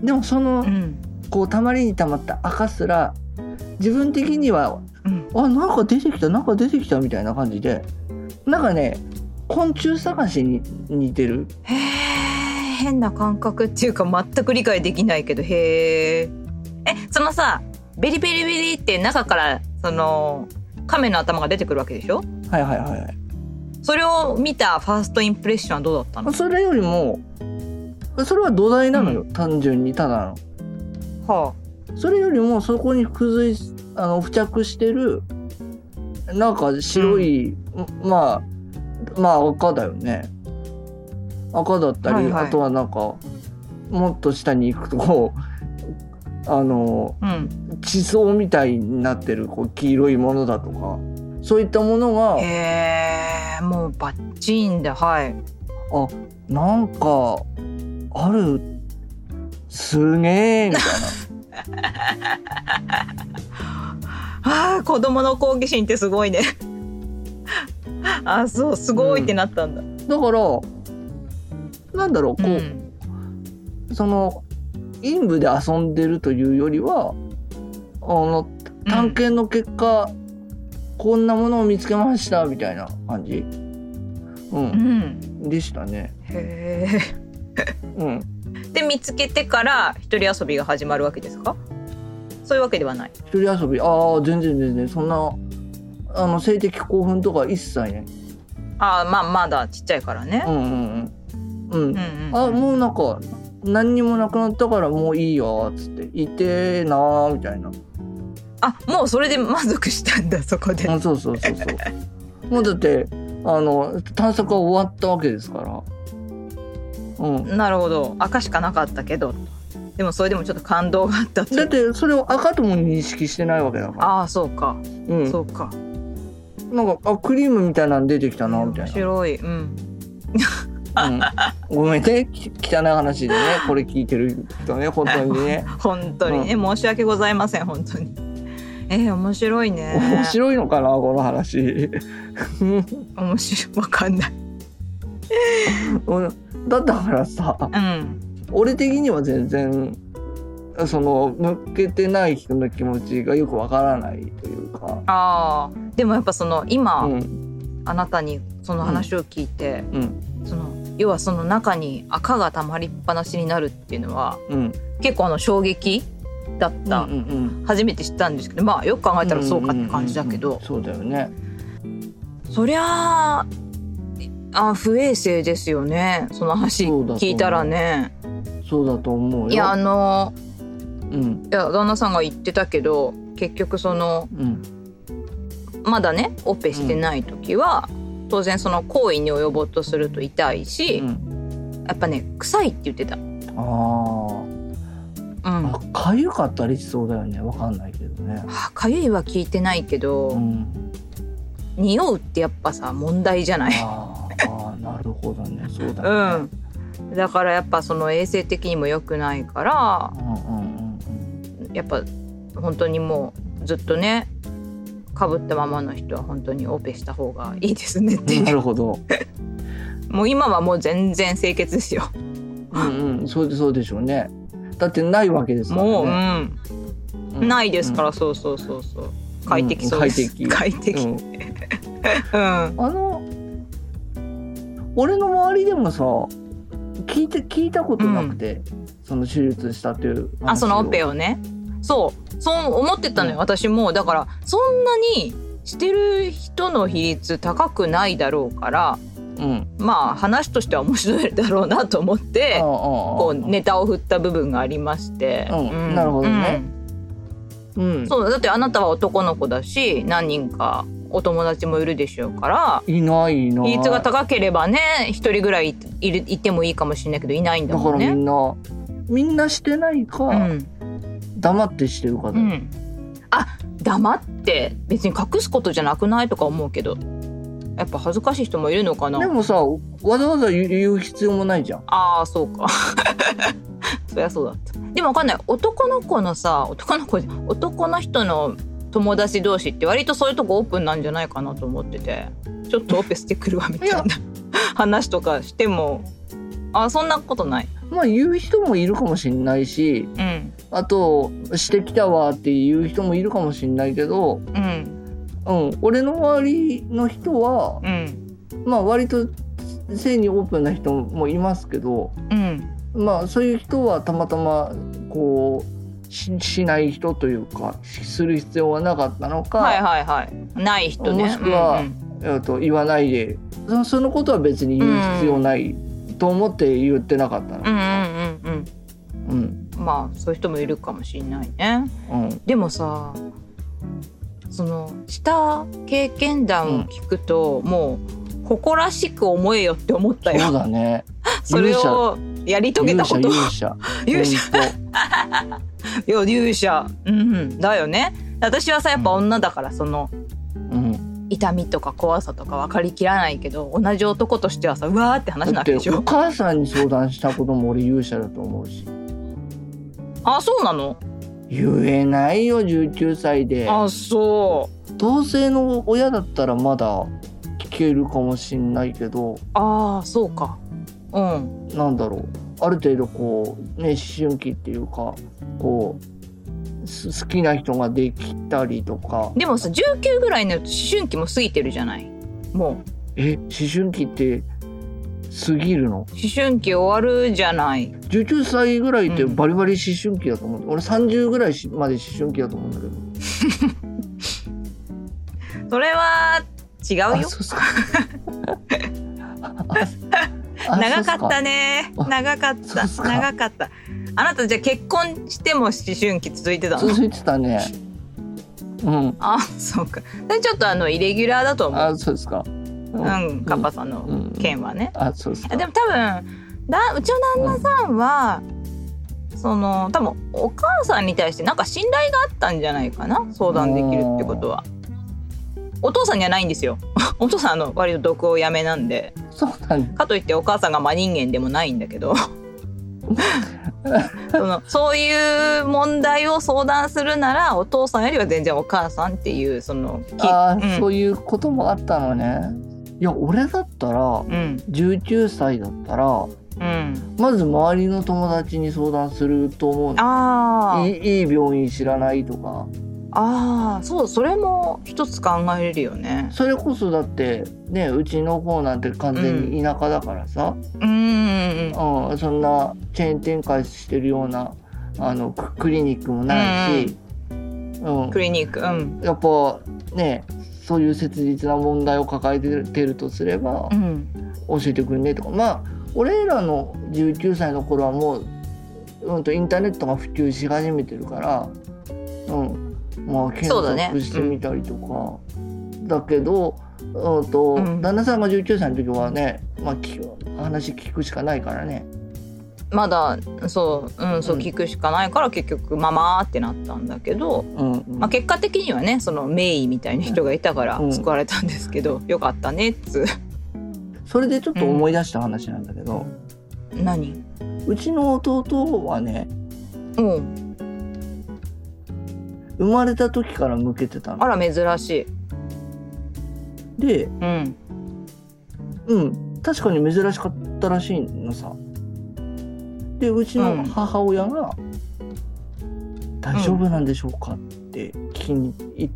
[SPEAKER 1] でもその、
[SPEAKER 2] うん
[SPEAKER 1] こうたまりにたまった赤すら自分的には
[SPEAKER 2] うん
[SPEAKER 1] あなんか出てきたなんか出てきたみたいな感じでなんかね昆虫探しに似てる
[SPEAKER 2] へえ変な感覚っていうか全く理解できないけどへええそのさベリベリベリって中からその亀の頭が出てくるわけでしょ
[SPEAKER 1] はいはいはいはい
[SPEAKER 2] それを見たファーストインプレッションはどうだったの
[SPEAKER 1] それよりもそれは土台なのよ、単純にただ
[SPEAKER 2] は
[SPEAKER 1] のそれよりもそこに付随しあの付着してるなんか白い、まあまあ赤だよね赤だったり、
[SPEAKER 2] はいはい
[SPEAKER 1] あとはなんかもっと下に行くとこうあの
[SPEAKER 2] あうん
[SPEAKER 1] 地層みたいになってるこう黄色いものだとかそういったものが
[SPEAKER 2] へえもうバッチリんだはい
[SPEAKER 1] なんかあるすげえみたい
[SPEAKER 2] あー子供の好奇心ってすごいね あそうすごいってなったんだ、うん
[SPEAKER 1] なだからなんだろうこう、その陰部で遊んでるというよりはあの探検の結果、こんなものを見つけましたみたいな感じ、う
[SPEAKER 2] うんん、
[SPEAKER 1] でしたね。
[SPEAKER 2] へえ
[SPEAKER 1] うん、
[SPEAKER 2] で見つけてから一人遊びが始まるわけですかそういうわけではない
[SPEAKER 1] 一人遊びああ全然全然そんなあの性的興奮とか一切ね
[SPEAKER 2] あーまあまだちっちゃいからね
[SPEAKER 1] う、んうんうんうん
[SPEAKER 2] うんうんうん、
[SPEAKER 1] あもうなんか何にもなくなったからもういいよっつっていてーなーみたいな
[SPEAKER 2] あもうそれで満足したんだそこで、
[SPEAKER 1] あそうそうそうそうもうだってあの探索は終わったわけですからうん
[SPEAKER 2] なるほど赤しかなかったけどでもそれでもちょっと感動があったと
[SPEAKER 1] だってそれを赤とも認識してないわけだから
[SPEAKER 2] ああそうか、
[SPEAKER 1] うん
[SPEAKER 2] そうか
[SPEAKER 1] なんかあクリームみたいなの出てきたなみた
[SPEAKER 2] 面
[SPEAKER 1] い
[SPEAKER 2] 白いうん
[SPEAKER 1] な、うん、ごめんねき汚い話でねこれ聞いてる人ね本当にね
[SPEAKER 2] 本当に ね、申し訳ございません本当にえー、面白いね
[SPEAKER 1] 面白いのかなこの話
[SPEAKER 2] 面白いわかんない
[SPEAKER 1] 俺だったからさ
[SPEAKER 2] うん
[SPEAKER 1] 俺的には全然その向けてない人の気持ちがよくわからないというか、
[SPEAKER 2] ああでもやっぱその今、
[SPEAKER 1] うん、
[SPEAKER 2] あなたにその話を聞いて、
[SPEAKER 1] うん
[SPEAKER 2] その要はその中に赤が溜まりっぱなしになるっていうのは
[SPEAKER 1] うん
[SPEAKER 2] 結構あの衝撃だった、
[SPEAKER 1] うんうん
[SPEAKER 2] 初めて知ったんですけどまあよく考えたらそうかって感じだけど、
[SPEAKER 1] うんうんうんうんそうだよね
[SPEAKER 2] そりゃああ不衛生ですよねその話
[SPEAKER 1] そうだと思う
[SPEAKER 2] 聞いたらね
[SPEAKER 1] そうだと思うよ
[SPEAKER 2] いやあの
[SPEAKER 1] うん
[SPEAKER 2] いや旦那さんが言ってたけど結局その
[SPEAKER 1] うん
[SPEAKER 2] まだねオペしてない時は、当然その行為に及ぼうとすると痛いし、
[SPEAKER 1] うん
[SPEAKER 2] やっぱね臭いって言ってた、う
[SPEAKER 1] あ
[SPEAKER 2] ん、
[SPEAKER 1] あかゆかったりしそうだよねわかんないけどね
[SPEAKER 2] はかゆいは聞いてないけど、
[SPEAKER 1] うん
[SPEAKER 2] 匂うってやっぱさ問題じゃない
[SPEAKER 1] あーあーなるほどねそうだよ
[SPEAKER 2] う
[SPEAKER 1] ね
[SPEAKER 2] んだからやっぱその衛生的にも良くないから
[SPEAKER 1] うんうんうんうん
[SPEAKER 2] やっぱ本当にもうずっとねかぶったままの人は本当にオペした方がいいですねって
[SPEAKER 1] な
[SPEAKER 2] いう
[SPEAKER 1] るほど
[SPEAKER 2] もう今はもう全然清潔ですよ
[SPEAKER 1] うんうんそうでそうでしょうねだってないわけですからね
[SPEAKER 2] もう、うん
[SPEAKER 1] うん
[SPEAKER 2] ないですから、
[SPEAKER 1] うん
[SPEAKER 2] そうそうそうそう快適そうです、
[SPEAKER 1] うん
[SPEAKER 2] 快
[SPEAKER 1] 快
[SPEAKER 2] 適
[SPEAKER 1] う
[SPEAKER 2] うんん
[SPEAKER 1] あの俺の周りでもさ聞いて聞いたことなくて、その手術したっていう話
[SPEAKER 2] あそのオペ
[SPEAKER 1] を
[SPEAKER 2] をねそうそう思ってたのよ、
[SPEAKER 1] うん
[SPEAKER 2] 私もだからそんなにしてる人の比率高くないだろうから
[SPEAKER 1] うん
[SPEAKER 2] まあ話としては面白いだろうなと思ってこ
[SPEAKER 1] こ
[SPEAKER 2] うネタを振った部分がありまして、
[SPEAKER 1] うんなるほどね
[SPEAKER 2] うん
[SPEAKER 1] ん
[SPEAKER 2] そうだってあなたは男の子だし何人かお友達もいるでしょうから
[SPEAKER 1] いないいない
[SPEAKER 2] 比率が高ければね一人ぐらいいるいてもいいかもしれないけどいないんだ
[SPEAKER 1] だか
[SPEAKER 2] も
[SPEAKER 1] ら
[SPEAKER 2] ん
[SPEAKER 1] み
[SPEAKER 2] ね。
[SPEAKER 1] んな、みんなしてないか、
[SPEAKER 2] うん
[SPEAKER 1] 黙ってしてるか
[SPEAKER 2] う
[SPEAKER 1] だよ、
[SPEAKER 2] ん、あ黙って別に隠すことじゃなくないとか思うけどやっぱ恥ずかしい人もいるのかな
[SPEAKER 1] でもさわざわざ言う言う必要もないじゃん
[SPEAKER 2] ああそうか そりゃそうだったでもわかんない男の子のさ男の子じゃ男の人の友達同士って割とそういうとこオープンなんじゃないかなと思っててちょっとオペしてくるわみたいな 話とかしてもあそんなことない
[SPEAKER 1] まあ言う人もいるかもしれないし
[SPEAKER 2] うん
[SPEAKER 1] あとしてきたわっていう人もいるかもしれないけど、
[SPEAKER 2] うん
[SPEAKER 1] うん、俺の周りの人は
[SPEAKER 2] うん
[SPEAKER 1] まあ割と性にオープンな人もいますけど
[SPEAKER 2] うん
[SPEAKER 1] まあそういう人はたまたまこうししない人というかしする必要はなかったのか、
[SPEAKER 2] はいはいはいない人ね
[SPEAKER 1] もしくは
[SPEAKER 2] うんうん
[SPEAKER 1] えっと言わないでそそのことは別に言う必要ないと思って言ってなかった
[SPEAKER 2] う
[SPEAKER 1] の。
[SPEAKER 2] んうんうんうん
[SPEAKER 1] うん
[SPEAKER 2] まあそういう人もいるかもしれないね
[SPEAKER 1] うん
[SPEAKER 2] でもさそのした経験談を聞くと、もう誇らしく思えよって思った
[SPEAKER 1] そう
[SPEAKER 2] よ
[SPEAKER 1] だね。
[SPEAKER 2] それをやり遂げ
[SPEAKER 1] 勇
[SPEAKER 2] たこ
[SPEAKER 1] 者
[SPEAKER 2] と
[SPEAKER 1] 勇者
[SPEAKER 2] 勇者
[SPEAKER 1] ほんと
[SPEAKER 2] いや勇者、うん、だよね私はさやっぱ女だからその
[SPEAKER 1] うん、
[SPEAKER 2] 痛みとか怖さとか分かりきらないけど同じ男としてはさうわーって話な
[SPEAKER 1] だ
[SPEAKER 2] わ
[SPEAKER 1] っ
[SPEAKER 2] けで
[SPEAKER 1] て
[SPEAKER 2] し
[SPEAKER 1] お
[SPEAKER 2] ょ
[SPEAKER 1] 母さんに相談したことも俺勇者だと思うし
[SPEAKER 2] あそうなの
[SPEAKER 1] 言えないよ19歳で
[SPEAKER 2] あそう
[SPEAKER 1] 同性の親だったらまだ聞けるかもしんないけど
[SPEAKER 2] あーそうかうん
[SPEAKER 1] なんだろうある程度こうね思春期っていうかこうす好きな人ができたりとか
[SPEAKER 2] でもさ19ぐらいの思春期も過ぎてるじゃないもう
[SPEAKER 1] え思春期って過ぎるの
[SPEAKER 2] 思春期終わるじゃない
[SPEAKER 1] 19歳ぐらいって
[SPEAKER 2] うん
[SPEAKER 1] バリバリ思春期だと思う、俺30ぐらいしまで思春期だと思うんだけど
[SPEAKER 2] それは違う
[SPEAKER 1] あ
[SPEAKER 2] よ
[SPEAKER 1] そうっすかあ
[SPEAKER 2] 長かった
[SPEAKER 1] ね
[SPEAKER 2] ね
[SPEAKER 1] あ
[SPEAKER 2] 長かっ
[SPEAKER 1] そう
[SPEAKER 2] た
[SPEAKER 1] っすか
[SPEAKER 2] 長かったあなたじゃあ結婚しても思春期続いてたの
[SPEAKER 1] 続いてたねうん
[SPEAKER 2] あそうかでちょっとあのイレギュラーだと思う
[SPEAKER 1] あそうですかう
[SPEAKER 2] うんカッパさんの
[SPEAKER 1] うん
[SPEAKER 2] 件はね
[SPEAKER 1] あそうですか
[SPEAKER 2] あでも多分だうちの旦那さんはその多分お母さんに対してなんか信頼があったんじゃないかな相談できるってことはお父さんにはないんですよ お父さんあの割と毒をやめなんで
[SPEAKER 1] そうなん
[SPEAKER 2] かといってお母さんが真人間でもないんだけど そのそういう問題を相談するならお父さんよりは全然お母さんっていうそのき
[SPEAKER 1] あー、
[SPEAKER 2] うん
[SPEAKER 1] そういうこともあったのねいや俺だったら
[SPEAKER 2] うん
[SPEAKER 1] 19歳だったら
[SPEAKER 2] うん
[SPEAKER 1] まず周りの友達に相談すると思うの
[SPEAKER 2] あー
[SPEAKER 1] いいいい病院知らないとか
[SPEAKER 2] ああそうそれも一つ考えれるよね
[SPEAKER 1] それこそだってねうちの方なんて完全に田舎だからさ、
[SPEAKER 2] うーん
[SPEAKER 1] うんそんなチェーン展開してるようなあのククリニックもないし、うん
[SPEAKER 2] クリニックうん
[SPEAKER 1] やっぱねそういう切実な問題を抱えてるとすれば
[SPEAKER 2] う、ん
[SPEAKER 1] 教えてくんねとかまあ俺らの19歳の頃はもう、うん、とインターネットが普及し始めてるから、うんまあ、検
[SPEAKER 2] そうだね
[SPEAKER 1] 索してみたりとかだ,、けど、うんと
[SPEAKER 2] うん
[SPEAKER 1] 旦那さんが19歳の時はね、まあ、聞く話聞くしかないからね。
[SPEAKER 2] まだそううんそう
[SPEAKER 1] うん
[SPEAKER 2] 聞くしかないから結局ママってなったんだけど、
[SPEAKER 1] うんうん
[SPEAKER 2] まあ、結果的にはねその名医みたいな人がいたから
[SPEAKER 1] うん
[SPEAKER 2] 救われたんですけど、よかったねっつう
[SPEAKER 1] それでちょっと思い出した話なんだけど、
[SPEAKER 2] 何
[SPEAKER 1] うちの弟はね
[SPEAKER 2] うん
[SPEAKER 1] 生まれた時から向けてた
[SPEAKER 2] あ
[SPEAKER 1] の。
[SPEAKER 2] ら珍しい
[SPEAKER 1] で、
[SPEAKER 2] うん
[SPEAKER 1] うん、確かに珍しかったらしいのさ。でうちの母親が「大丈夫なんでしょうか?」って聞きにい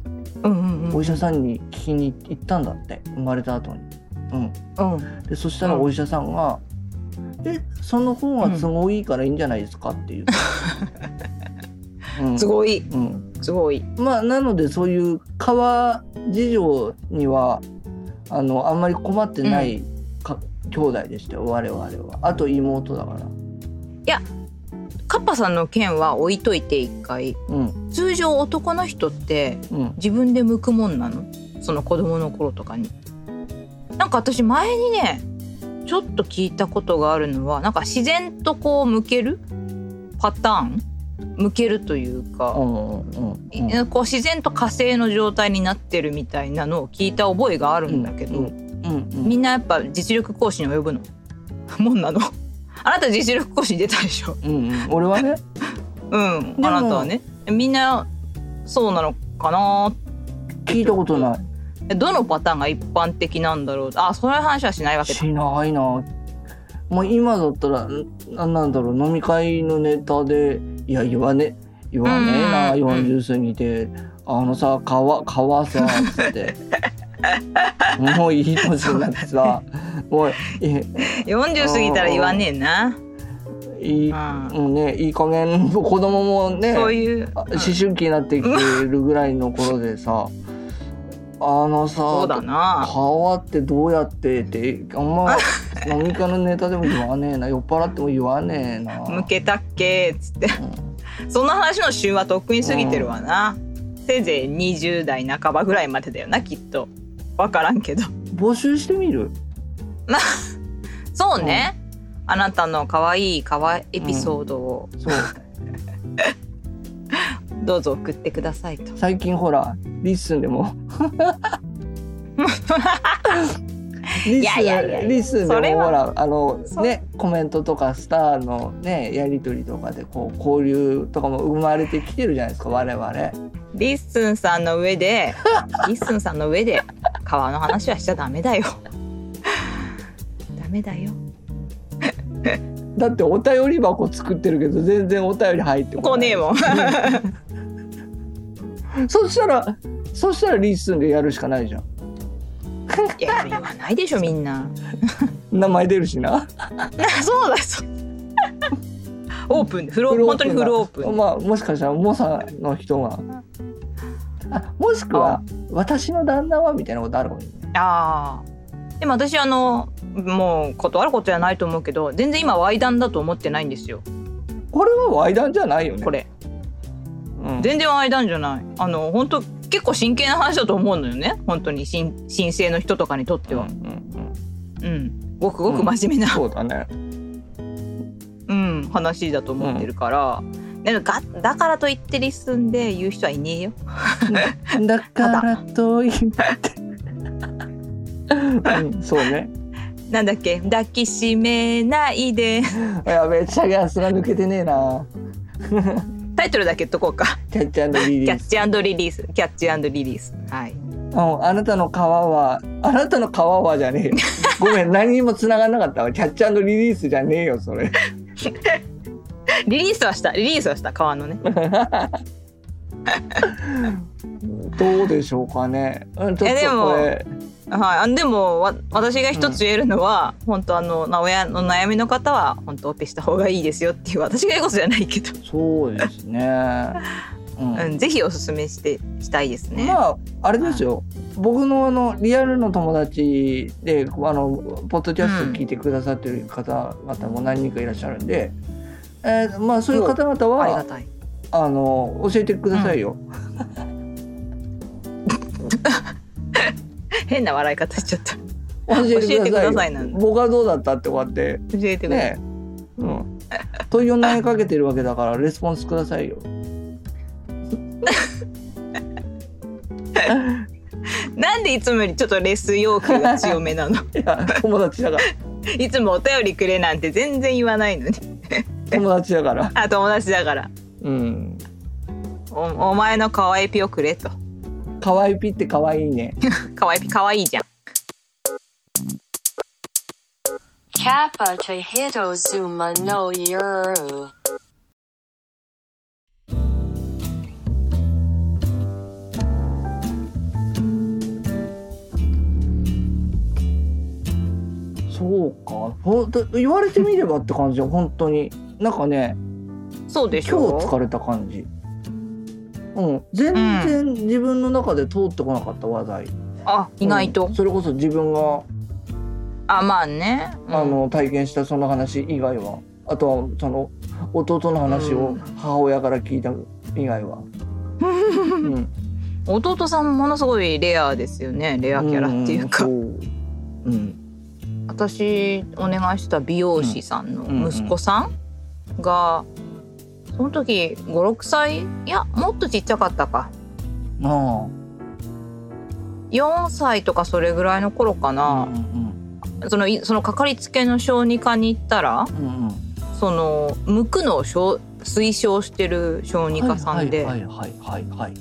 [SPEAKER 2] うんうん
[SPEAKER 1] お
[SPEAKER 2] うん
[SPEAKER 1] 医者さんに聞きに行ったんだって生まれた後に。
[SPEAKER 2] うん
[SPEAKER 1] うん、でそしたら
[SPEAKER 2] うん
[SPEAKER 1] お医者さんが「えその方が都合いいからいいんじゃないですか?」 って言った。うん
[SPEAKER 2] すごい
[SPEAKER 1] うん
[SPEAKER 2] すごい
[SPEAKER 1] まあなのでそういう川事情にはあのあんまり困ってないか、兄弟でしたよ我々はあと妹だから
[SPEAKER 2] カッパさんの件は置いといて一回
[SPEAKER 1] うん
[SPEAKER 2] 通常男の人って
[SPEAKER 1] うん
[SPEAKER 2] 自分で剥くもんなのその子供の頃とかになんか私前にねちょっと聞いたことがあるのはなんか自然とこう剥けるパターン剥けるというか、
[SPEAKER 1] うんうんうん
[SPEAKER 2] えこう自然と火星の状態になってるみたいなのを聞いた覚えがあるんだけど、
[SPEAKER 1] うんうん
[SPEAKER 2] みんなやっぱ実力講師に及ぶの もんなのあなた実力講師に出たでしょ
[SPEAKER 1] うんうん俺はね
[SPEAKER 2] うんあ
[SPEAKER 1] も
[SPEAKER 2] なたはねみんなそうなのかな
[SPEAKER 1] 聞いたことない
[SPEAKER 2] えどのパターンが一般的なんだろうあそういう話はしないわ けだ
[SPEAKER 1] しないなもう今だったらななんだろう飲み会のネタでいや言わね言わねえな、
[SPEAKER 2] うん
[SPEAKER 1] 40過ぎてあのさ川川さつってもういい年になってさもうえ
[SPEAKER 2] 40過ぎたら言わねえな、
[SPEAKER 1] いい
[SPEAKER 2] うん、
[SPEAKER 1] もうねいい加減子供もね
[SPEAKER 2] そういう
[SPEAKER 1] あ思春期になってきてるぐらいの頃でさあのさ
[SPEAKER 2] そうだな
[SPEAKER 1] 川ってどうやってってあんま飲み会のネタでも言わねえな酔っ払っても言わねえな
[SPEAKER 2] 向けたっけっつってその話の旬はとっくに過ぎてるわな、せいぜい20代半ばぐらいまでだよなきっと分からんけど
[SPEAKER 1] 募集してみる
[SPEAKER 2] そうね、あなたの可愛い可愛いエピソードを
[SPEAKER 1] そう
[SPEAKER 2] どうぞ送ってくださいと、
[SPEAKER 1] 最近ほらリッスンで もリッスン
[SPEAKER 2] いやいやいや
[SPEAKER 1] リッスン
[SPEAKER 2] そ
[SPEAKER 1] で
[SPEAKER 2] れ
[SPEAKER 1] も
[SPEAKER 2] は
[SPEAKER 1] ほらあの
[SPEAKER 2] そう
[SPEAKER 1] ねコメントとかスターのねやり取りとかでこう交流とかも生まれてきてるじゃないですか我々
[SPEAKER 2] リッスンさんの上 でリッスンさんの上で川の話はしちゃダメだよダメだよ
[SPEAKER 1] だってお便り箱作ってるけど全然お便り入ってこ
[SPEAKER 2] 来
[SPEAKER 1] な
[SPEAKER 2] ね
[SPEAKER 1] い
[SPEAKER 2] えもん
[SPEAKER 1] そしたらそしたらリッスンでやるしかないじゃん
[SPEAKER 2] いや言わないでしょみんな
[SPEAKER 1] 名前出るしな
[SPEAKER 2] そうだそうオープンでフロー本当にフルオープン
[SPEAKER 1] まあもしかしたら猛者の人があもしくは私の旦那はみたいなことあるかもしれない
[SPEAKER 2] ああでも私あのもう断ることじゃないと思うけど全然今ワイダンだと思ってないんですよ
[SPEAKER 1] これはワイダンじゃないよね
[SPEAKER 2] これ
[SPEAKER 1] うん
[SPEAKER 2] 全然ワイダンじゃないあの本当結構真剣な話だと思うのよね本当に新新生の人とかにとって
[SPEAKER 1] うんうん
[SPEAKER 2] は
[SPEAKER 1] うん
[SPEAKER 2] うんごくごく真面目な、
[SPEAKER 1] そうだね
[SPEAKER 2] うん、話だと思ってるから、でもがだからといってリスンで言う人はいねえよ
[SPEAKER 1] だからといってうんそうね
[SPEAKER 2] なんだっけ抱きしめないで
[SPEAKER 1] やべえチャガースが抜けてねえな
[SPEAKER 2] タイトルだけ言っとこうか
[SPEAKER 1] キャッチャーのリリ
[SPEAKER 2] キャ
[SPEAKER 1] ー
[SPEAKER 2] ッ
[SPEAKER 1] ス
[SPEAKER 2] チリリースキャッチリリースはい
[SPEAKER 1] うんあなたの皮はあなたの皮はじゃねえよごめん何にも繋がんなかったわキャッチャーリリースじゃねえよそれ
[SPEAKER 2] リリースはしたリリースはした川のね
[SPEAKER 1] どうでしょうかね。うん、ちょっ
[SPEAKER 2] えで
[SPEAKER 1] と
[SPEAKER 2] も
[SPEAKER 1] これ。
[SPEAKER 2] はい、あでもわ私が一つ言えるのは、本当あのまあ親の悩みの方は本当オペした方がいいですよっていう私が言うことじゃないけど、
[SPEAKER 1] そうです ね。うん
[SPEAKER 2] うん、ぜひおすすめしてしたいですね。
[SPEAKER 1] まああれですよ、僕のあのリアルの友達であのポッドキャスト聞いてくださってる方々も何人かいらっしゃるんで、えーまあ、そういう方々
[SPEAKER 2] あり
[SPEAKER 1] は
[SPEAKER 2] がたい。
[SPEAKER 1] あの教えてくださいよ。
[SPEAKER 2] 変な笑い方しちゃった。教
[SPEAKER 1] 教えてくださいよ
[SPEAKER 2] 教えてくださいなんだ
[SPEAKER 1] 僕はどうだったってこうやって
[SPEAKER 2] えてください。
[SPEAKER 1] ね、うん、問いを投げかけてるわけだからレスポンスくださいよ。
[SPEAKER 2] なんでいつもよりちょっとレス要求が強 めなの。
[SPEAKER 1] いや友達だから
[SPEAKER 2] いつもお便りくれなんて全然言わないのに。
[SPEAKER 1] 友達だから。
[SPEAKER 2] あ友達だから。
[SPEAKER 1] うん
[SPEAKER 2] おお前の可愛いピをくれと。
[SPEAKER 1] 可愛いピって可愛いね。
[SPEAKER 2] 可愛いピ可愛いじゃん。
[SPEAKER 3] Kappa to Hitozuma no Yoru.
[SPEAKER 1] そうか。ほんと言われてみればって感 じよ本当に。なんかね、
[SPEAKER 2] そうでし
[SPEAKER 1] 今日
[SPEAKER 2] ょ。
[SPEAKER 1] 疲れた感じ。うん、全然自分の中で通ってこなかった話題。
[SPEAKER 2] あ意外と。
[SPEAKER 1] うんそれこそ自分が、
[SPEAKER 2] あまあね。うん
[SPEAKER 1] あの体験したその話以外は、あとはその弟の話
[SPEAKER 2] う
[SPEAKER 1] を
[SPEAKER 2] ん
[SPEAKER 1] 母親から聞いた以外 は。うん、
[SPEAKER 2] 弟さんものすごいレアですよねレアキャラっていうか、
[SPEAKER 1] うんそううん、
[SPEAKER 2] 私お願いした美容師さんの息子さんが、その時56歳いやもっとちっちゃかったか
[SPEAKER 1] あ
[SPEAKER 2] 4歳とかそれぐらいの頃か
[SPEAKER 1] あ、
[SPEAKER 2] な
[SPEAKER 1] う、ん
[SPEAKER 2] そのいそのかかりつけの小児科に行ったら
[SPEAKER 1] うんうんうん、
[SPEAKER 2] その剥くのを小推奨してる小児科さんで、
[SPEAKER 1] はいはいはいはいはい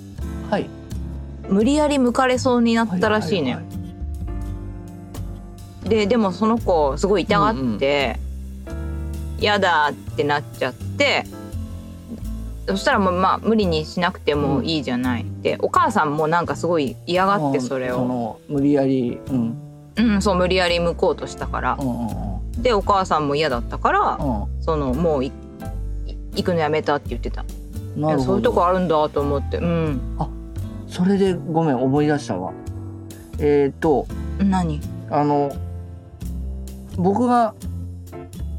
[SPEAKER 1] はい
[SPEAKER 2] 無理やり剥かれそうにな
[SPEAKER 1] は
[SPEAKER 2] ったらしいね、
[SPEAKER 1] はは
[SPEAKER 2] ででもその子すごい痛がって嫌、だってなっちゃってそしたらもうまあ無理にしなくてもいいじゃないって、お母さんもなんかすごい嫌がって
[SPEAKER 1] うん
[SPEAKER 2] それ
[SPEAKER 1] そ
[SPEAKER 2] を、
[SPEAKER 1] の無理やり、うん
[SPEAKER 2] うん、そう無理やり向こうとしたから
[SPEAKER 1] うんうんうん
[SPEAKER 2] でお母さんも嫌だったから
[SPEAKER 1] う
[SPEAKER 2] そのもういい行くのやめたって言ってた
[SPEAKER 1] ん、なるほど
[SPEAKER 2] そういうとこあるんだと思ってうん
[SPEAKER 1] それでごめん思い出したわえっ、と
[SPEAKER 2] 何
[SPEAKER 1] あの僕が、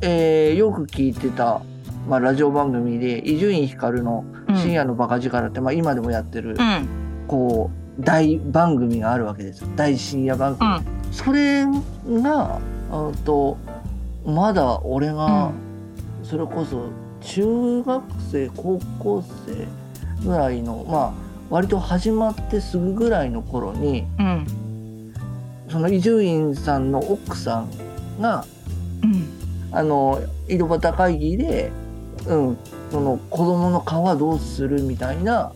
[SPEAKER 1] えーよく聞いてた、まあ、ラジオ番組で伊集院光の
[SPEAKER 2] う
[SPEAKER 1] 「深
[SPEAKER 2] ん、
[SPEAKER 1] 夜のバカ力」って、まあ、今でもやってる、
[SPEAKER 2] うん
[SPEAKER 1] こう大番組があるわけですよ大深夜番組。
[SPEAKER 2] うん
[SPEAKER 1] それがあとまだ俺が、それこそ中学生高校生ぐらいのまあ割と始まってすぐぐらいの頃に
[SPEAKER 2] うん
[SPEAKER 1] その伊集院さんの奥さんが
[SPEAKER 2] うん
[SPEAKER 1] あの井戸端会議で、うん、その子供の皮どうするみたいな、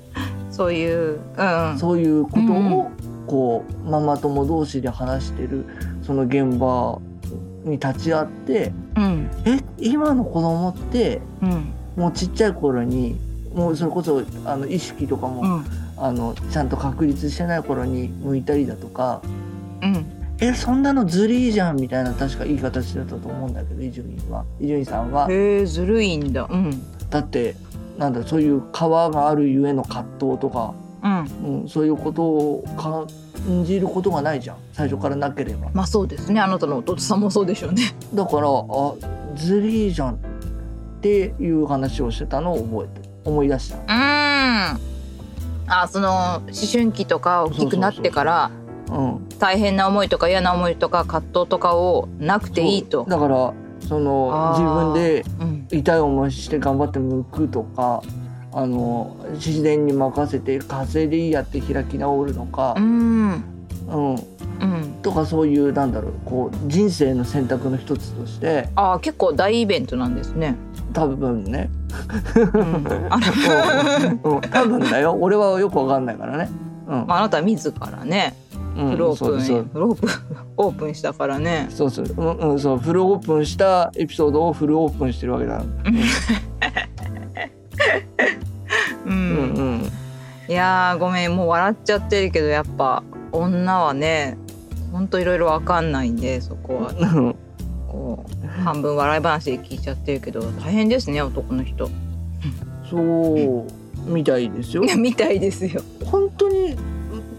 [SPEAKER 2] そういううん
[SPEAKER 1] そういうこと
[SPEAKER 2] うん
[SPEAKER 1] をこうママ友同士で話してるその現場に立ち会って。
[SPEAKER 2] うん
[SPEAKER 1] え今の子供って
[SPEAKER 2] うん
[SPEAKER 1] もうちっちゃい頃にもうそれこそあの意識とかも、
[SPEAKER 2] うん
[SPEAKER 1] あのちゃんと確立してない頃に向いたりだとか
[SPEAKER 2] うん
[SPEAKER 1] えそんなのずるいじゃんみたいな確かいい形だったと思うんだけど伊集院は伊集院さんは
[SPEAKER 2] へえずるいんだうん
[SPEAKER 1] だってなんだそういう皮があるゆえの葛藤とか、
[SPEAKER 2] うん
[SPEAKER 1] うん、そういうことを感じることがないじゃん最初からなければ
[SPEAKER 2] まあそうですねあなたの弟さんもそうでしょうね
[SPEAKER 1] だからあずるいじゃんっていう話をしてたのを覚えて思い出した。
[SPEAKER 2] うんあその思春期とか大きくなってから
[SPEAKER 1] うん
[SPEAKER 2] 大変な思いとか嫌な思いとか葛藤とかをなくていいと
[SPEAKER 1] そうだからその
[SPEAKER 2] あ
[SPEAKER 1] 自
[SPEAKER 2] ー
[SPEAKER 1] 分で
[SPEAKER 2] うん
[SPEAKER 1] 痛い思いして頑張って向くとかあの自然に任せて稼いでいいやって開き直るのか
[SPEAKER 2] う、ん
[SPEAKER 1] うん
[SPEAKER 2] うん
[SPEAKER 1] とかそういうなんだろうこう人生の選択の一つとして
[SPEAKER 2] あー結構大イベントなんですね、
[SPEAKER 1] 多分 ね、
[SPEAKER 2] うん、あら
[SPEAKER 1] うん、多分だよ俺はよくわかんないからね。うん
[SPEAKER 2] まああなた自らね
[SPEAKER 1] うん
[SPEAKER 2] フルオー
[SPEAKER 1] そう
[SPEAKER 2] プン、
[SPEAKER 1] そう
[SPEAKER 2] フルオープ ンオープンしたからね
[SPEAKER 1] そうそう、うんうん、そうフルオープンしたエピソードをフルオープンしてるわけだ。
[SPEAKER 2] う
[SPEAKER 1] うん
[SPEAKER 2] ん、
[SPEAKER 1] うん、
[SPEAKER 2] いいやーごめんもう笑っちゃってるけどやっぱ女はねほんといろいろわかんないんでそこは
[SPEAKER 1] うん
[SPEAKER 2] こう半分笑い話で聞いちゃってるけど大変ですね男の人
[SPEAKER 1] そうみたいですよ
[SPEAKER 2] みたいですよ
[SPEAKER 1] 本当に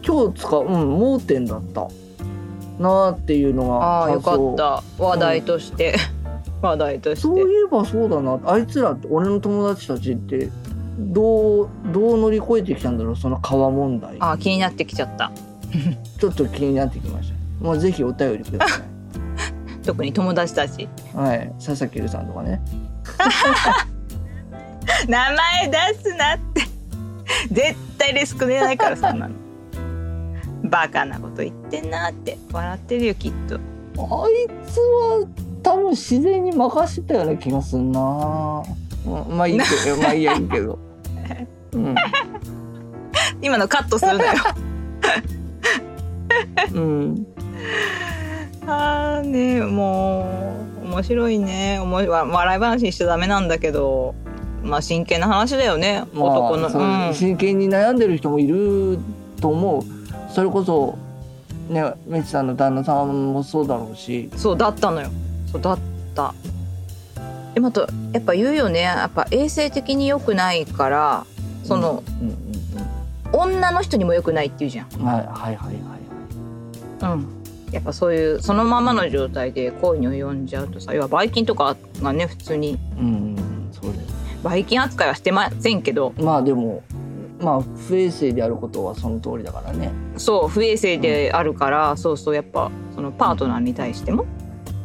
[SPEAKER 1] 今日使う、うん、盲点だったなーっていうのが
[SPEAKER 2] ああよか
[SPEAKER 1] 感想
[SPEAKER 2] った話題として、話題とし
[SPEAKER 1] そう
[SPEAKER 2] て
[SPEAKER 1] いえばそうだなあいつらって俺の友達たちってどうどう乗り越えてきたんだろうその川問題
[SPEAKER 2] ああ気になってきちゃった
[SPEAKER 1] ちょっと気になってきましたまあぜひお便りください
[SPEAKER 2] 特に友達たち
[SPEAKER 1] はい佐々木留さんとかね
[SPEAKER 2] 名前出すなって絶対レスク出ないからそんなのバカなこと言ってんなって笑ってるよきっと
[SPEAKER 1] あいつは多分自然に任せたような気がするなままあいいけ どまあいいやいいけどうん、
[SPEAKER 2] 今のカットするなよ
[SPEAKER 1] うん、
[SPEAKER 2] あーねもう面白いねおもわ笑い話にしちゃダメなんだけどまあ真剣な話だよね
[SPEAKER 1] まあ
[SPEAKER 2] 男の、
[SPEAKER 1] そう
[SPEAKER 2] うん
[SPEAKER 1] 真剣に悩んでる人もいると思うそれこそねメチさんの旦那さんもそうだろうし
[SPEAKER 2] そうだったのよそうだったでまたやっぱ言うよねやっぱ衛生的に良くないからその、
[SPEAKER 1] うんうん
[SPEAKER 2] 女の人にも良くないって言うじ
[SPEAKER 1] うんはいはいはいはい
[SPEAKER 2] ゃん、うん、やっぱそういうそのままの状態で恋に及んじゃうとさ要はばい菌とかがね普通に
[SPEAKER 1] うんうんそうです
[SPEAKER 2] ばい菌扱いはしてませんけど
[SPEAKER 1] まあでもまあ不衛生であることはその通りだからね
[SPEAKER 2] そう不衛生であるから、そうそうやっぱそのパートナーに対しても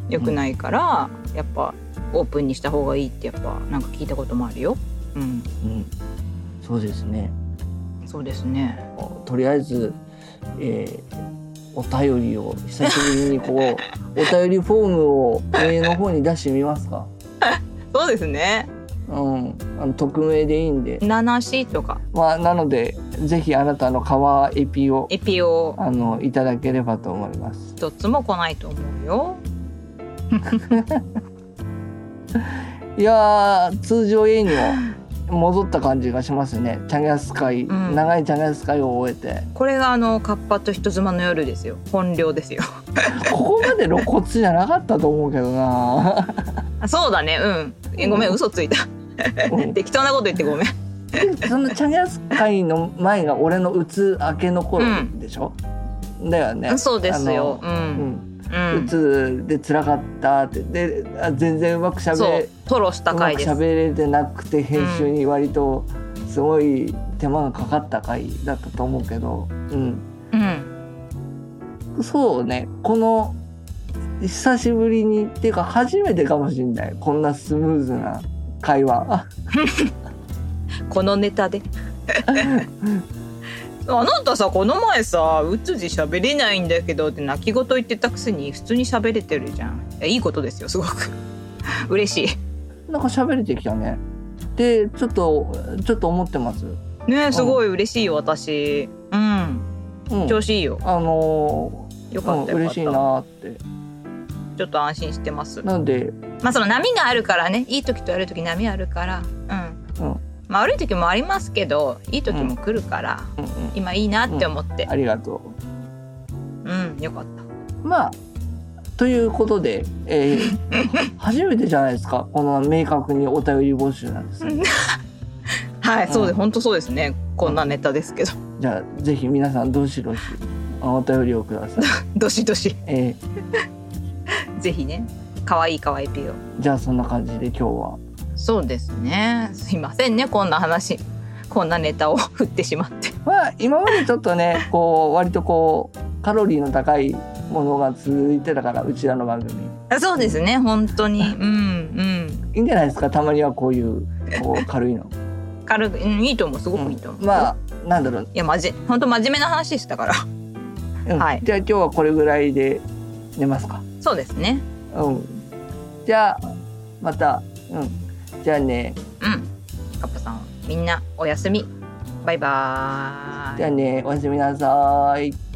[SPEAKER 2] 良くないから、やっぱオープンにした方がいいってやっぱなんか聞いたこともあるよ。うん、
[SPEAKER 1] うんそうですね
[SPEAKER 2] そうですね。
[SPEAKER 1] とりあえず、えーお便りを久しぶりにこう お便りフォームを上の方に出してみますか
[SPEAKER 2] そうですね。
[SPEAKER 1] うんあの匿名でいいんで
[SPEAKER 2] 七しとか
[SPEAKER 1] まあなのでぜひあなたの川エピを
[SPEAKER 2] エピオ
[SPEAKER 1] あのいただければと思います
[SPEAKER 2] 一つも来ないと思うよ。
[SPEAKER 1] いやー通常 A にも戻った感じがしますねチャゲアス会、
[SPEAKER 2] ん
[SPEAKER 1] 長いチャゲアス会を終えて
[SPEAKER 2] これがあのカッパと人妻の夜ですよ。本領ですよ。
[SPEAKER 1] ここまで露骨じゃなかったと思うけど な
[SPEAKER 2] あそうだね。うん。えごめん嘘ついた。
[SPEAKER 1] うん
[SPEAKER 2] 適当なこと言ってごめん。
[SPEAKER 1] そのチャゲアス会の前が俺のうつ明けの頃でしょ、だよね
[SPEAKER 2] そうですよ。
[SPEAKER 1] あ
[SPEAKER 2] う。
[SPEAKER 1] のうんん
[SPEAKER 2] うん。
[SPEAKER 1] うつで辛かったってであ全然うまくしゃべ
[SPEAKER 2] そ
[SPEAKER 1] れ
[SPEAKER 2] う。トロした
[SPEAKER 1] うま
[SPEAKER 2] 回
[SPEAKER 1] く
[SPEAKER 2] で
[SPEAKER 1] し
[SPEAKER 2] す
[SPEAKER 1] ゃ。べれてなくて編集に割とすごい手間がかかった回だったと思うけど、うん、
[SPEAKER 2] うん。
[SPEAKER 1] そうねこの久しぶりにっていうか初めてかもしれないこんなスムーズな会話
[SPEAKER 2] このネタで。あなたさこの前さ「うつじ喋れないんだけど」って泣き言言ってたくせに普通に喋れてるじゃんいやいいことですよすごく 嬉し
[SPEAKER 1] なんか喋れてきたねでちょっとちょっと思ってます、
[SPEAKER 2] いねえすごい嬉しいよ私うん
[SPEAKER 1] うん、
[SPEAKER 2] 調子いいよ
[SPEAKER 1] あの
[SPEAKER 2] よ
[SPEAKER 1] ー
[SPEAKER 2] かっ
[SPEAKER 1] う
[SPEAKER 2] た
[SPEAKER 1] ん
[SPEAKER 2] よ
[SPEAKER 1] 嬉
[SPEAKER 2] かっ
[SPEAKER 1] したいなーって
[SPEAKER 2] ちょっと安心してます
[SPEAKER 1] なんで
[SPEAKER 2] まあその波があるからねいい時と悪い時波あるからうん
[SPEAKER 1] うん
[SPEAKER 2] まあ悪い時もありますけどいい時も来るから、
[SPEAKER 1] うんうん
[SPEAKER 2] 今いいなって思って
[SPEAKER 1] ありがと
[SPEAKER 2] うん、よかった
[SPEAKER 1] うまあということで、え ー初めてじゃないですかこの明確にお便り募集なんですね
[SPEAKER 2] はい、そうで
[SPEAKER 1] うん
[SPEAKER 2] 本当そうですねこんなネタですけど
[SPEAKER 1] じゃあぜひ皆さんどしどしお便りをください。
[SPEAKER 2] どしどし
[SPEAKER 1] え
[SPEAKER 2] ぜひね可愛い可愛いピーを
[SPEAKER 1] ー、じゃあそんな感じで今日は
[SPEAKER 2] そうですねすいませんねこんな話こんなネタを 振ってしまって
[SPEAKER 1] まあ今までちょっとねこう割とこうカロリーの高いものが続いてたからうちらの番組
[SPEAKER 2] あそうですね本当にうん
[SPEAKER 1] いいんじゃないですかたまにはこういうこう軽い の。
[SPEAKER 2] うん軽くうんいいと思うすご
[SPEAKER 1] う
[SPEAKER 2] くいい
[SPEAKER 1] ん
[SPEAKER 2] と思う、
[SPEAKER 1] まあなんだろう、
[SPEAKER 2] いやまじ本当真面目な話でしたから
[SPEAKER 1] うん
[SPEAKER 2] はい
[SPEAKER 1] じゃあ今日はこれぐらいで寝ますか。
[SPEAKER 2] そうですね
[SPEAKER 1] うん、じゃあまた、うん、じゃあね
[SPEAKER 2] うんカッパさんみんなおやすみバイバーイ
[SPEAKER 1] じゃあねおやすみなさい。